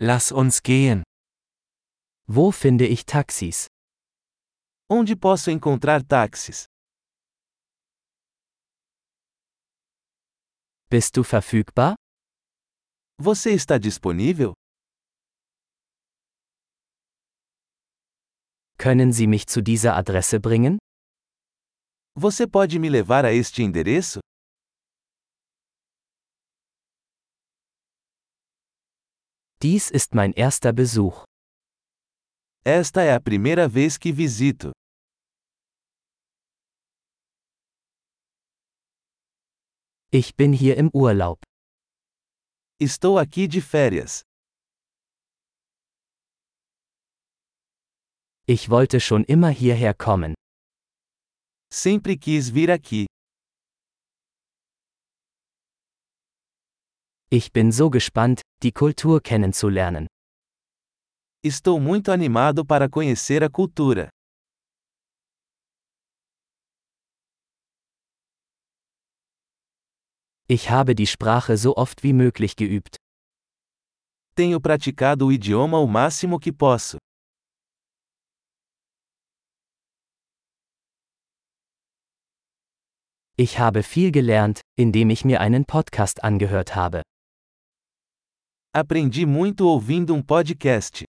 Lass uns gehen. Wo finde ich Taxis? Onde posso encontrar táxis? Bist du verfügbar? Você está disponível? Können Sie mich zu dieser Adresse bringen? Você pode me levar a este endereço? Dies ist mein erster Besuch. Esta é a primeira vez que visito. Ich bin hier im Urlaub. Estou aqui de férias. Ich wollte schon immer hierher kommen. Sempre quis vir aqui. Ich bin so gespannt, die Kultur kennenzulernen. Estou muito animado para conhecer a cultura. Ich habe die Sprache so oft wie möglich geübt. Tenho praticado o idioma o máximo que posso. Ich habe viel gelernt, indem ich mir einen Podcast angehört habe. Aprendi muito ouvindo um podcast.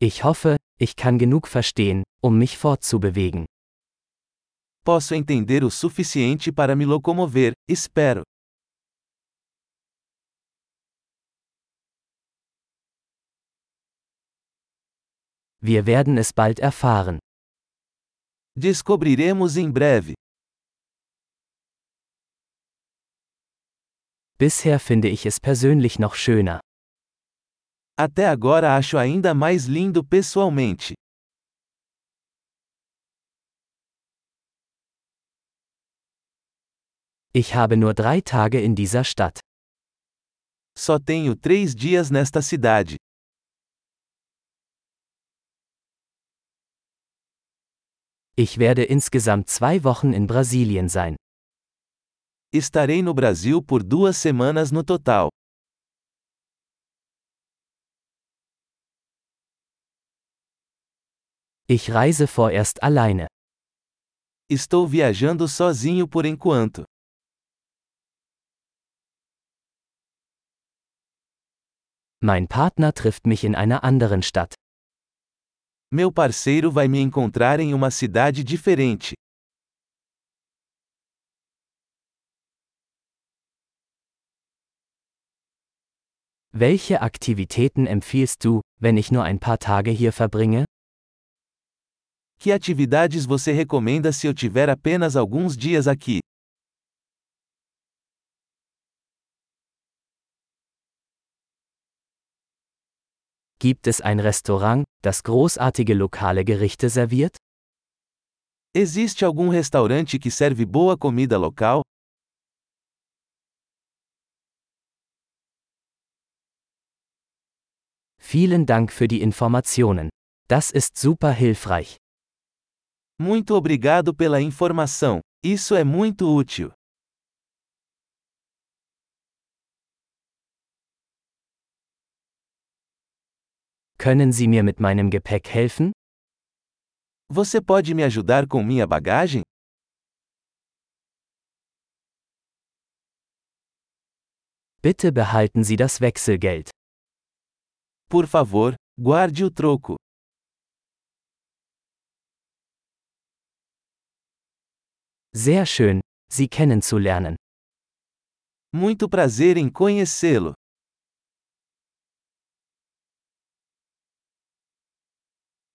Ich hoffe, ich kann genug verstehen, um mich fortzubewegen. Posso entender o suficiente para me locomover, espero. Wir werden es bald erfahren. Descobriremos em breve. Bisher finde ich es persönlich noch schöner. Até agora acho ainda mais lindo pessoalmente. Ich habe nur drei Tage in dieser Stadt. Só tenho três dias nesta cidade. Ich werde insgesamt zwei Wochen in Brasilien sein. Estarei no Brasil por duas semanas no total. Ich reise vorerst alleine. Estou viajando sozinho por enquanto. Mein Partner trifft mich in einer anderen Stadt. Meu parceiro vai me encontrar em uma cidade diferente. Welche Aktivitäten empfiehlst du, wenn ich nur ein paar Tage hier verbringe? Que atividades você recomenda se eu tiver apenas alguns dias aqui? Gibt es ein Restaurant, das großartige lokale Gerichte serviert? Existe algum restaurante que serve boa comida local? Vielen Dank für die Informationen. Das ist super hilfreich. Muito obrigado pela informação. Isso é muito útil. Können Sie mir mit meinem Gepäck helfen? Você pode me ajudar com minha bagagem? Bitte behalten Sie das Wechselgeld. Por favor, guarde o troco. Sehr schön, Sie kennenzulernen. Muito prazer em conhecê-lo.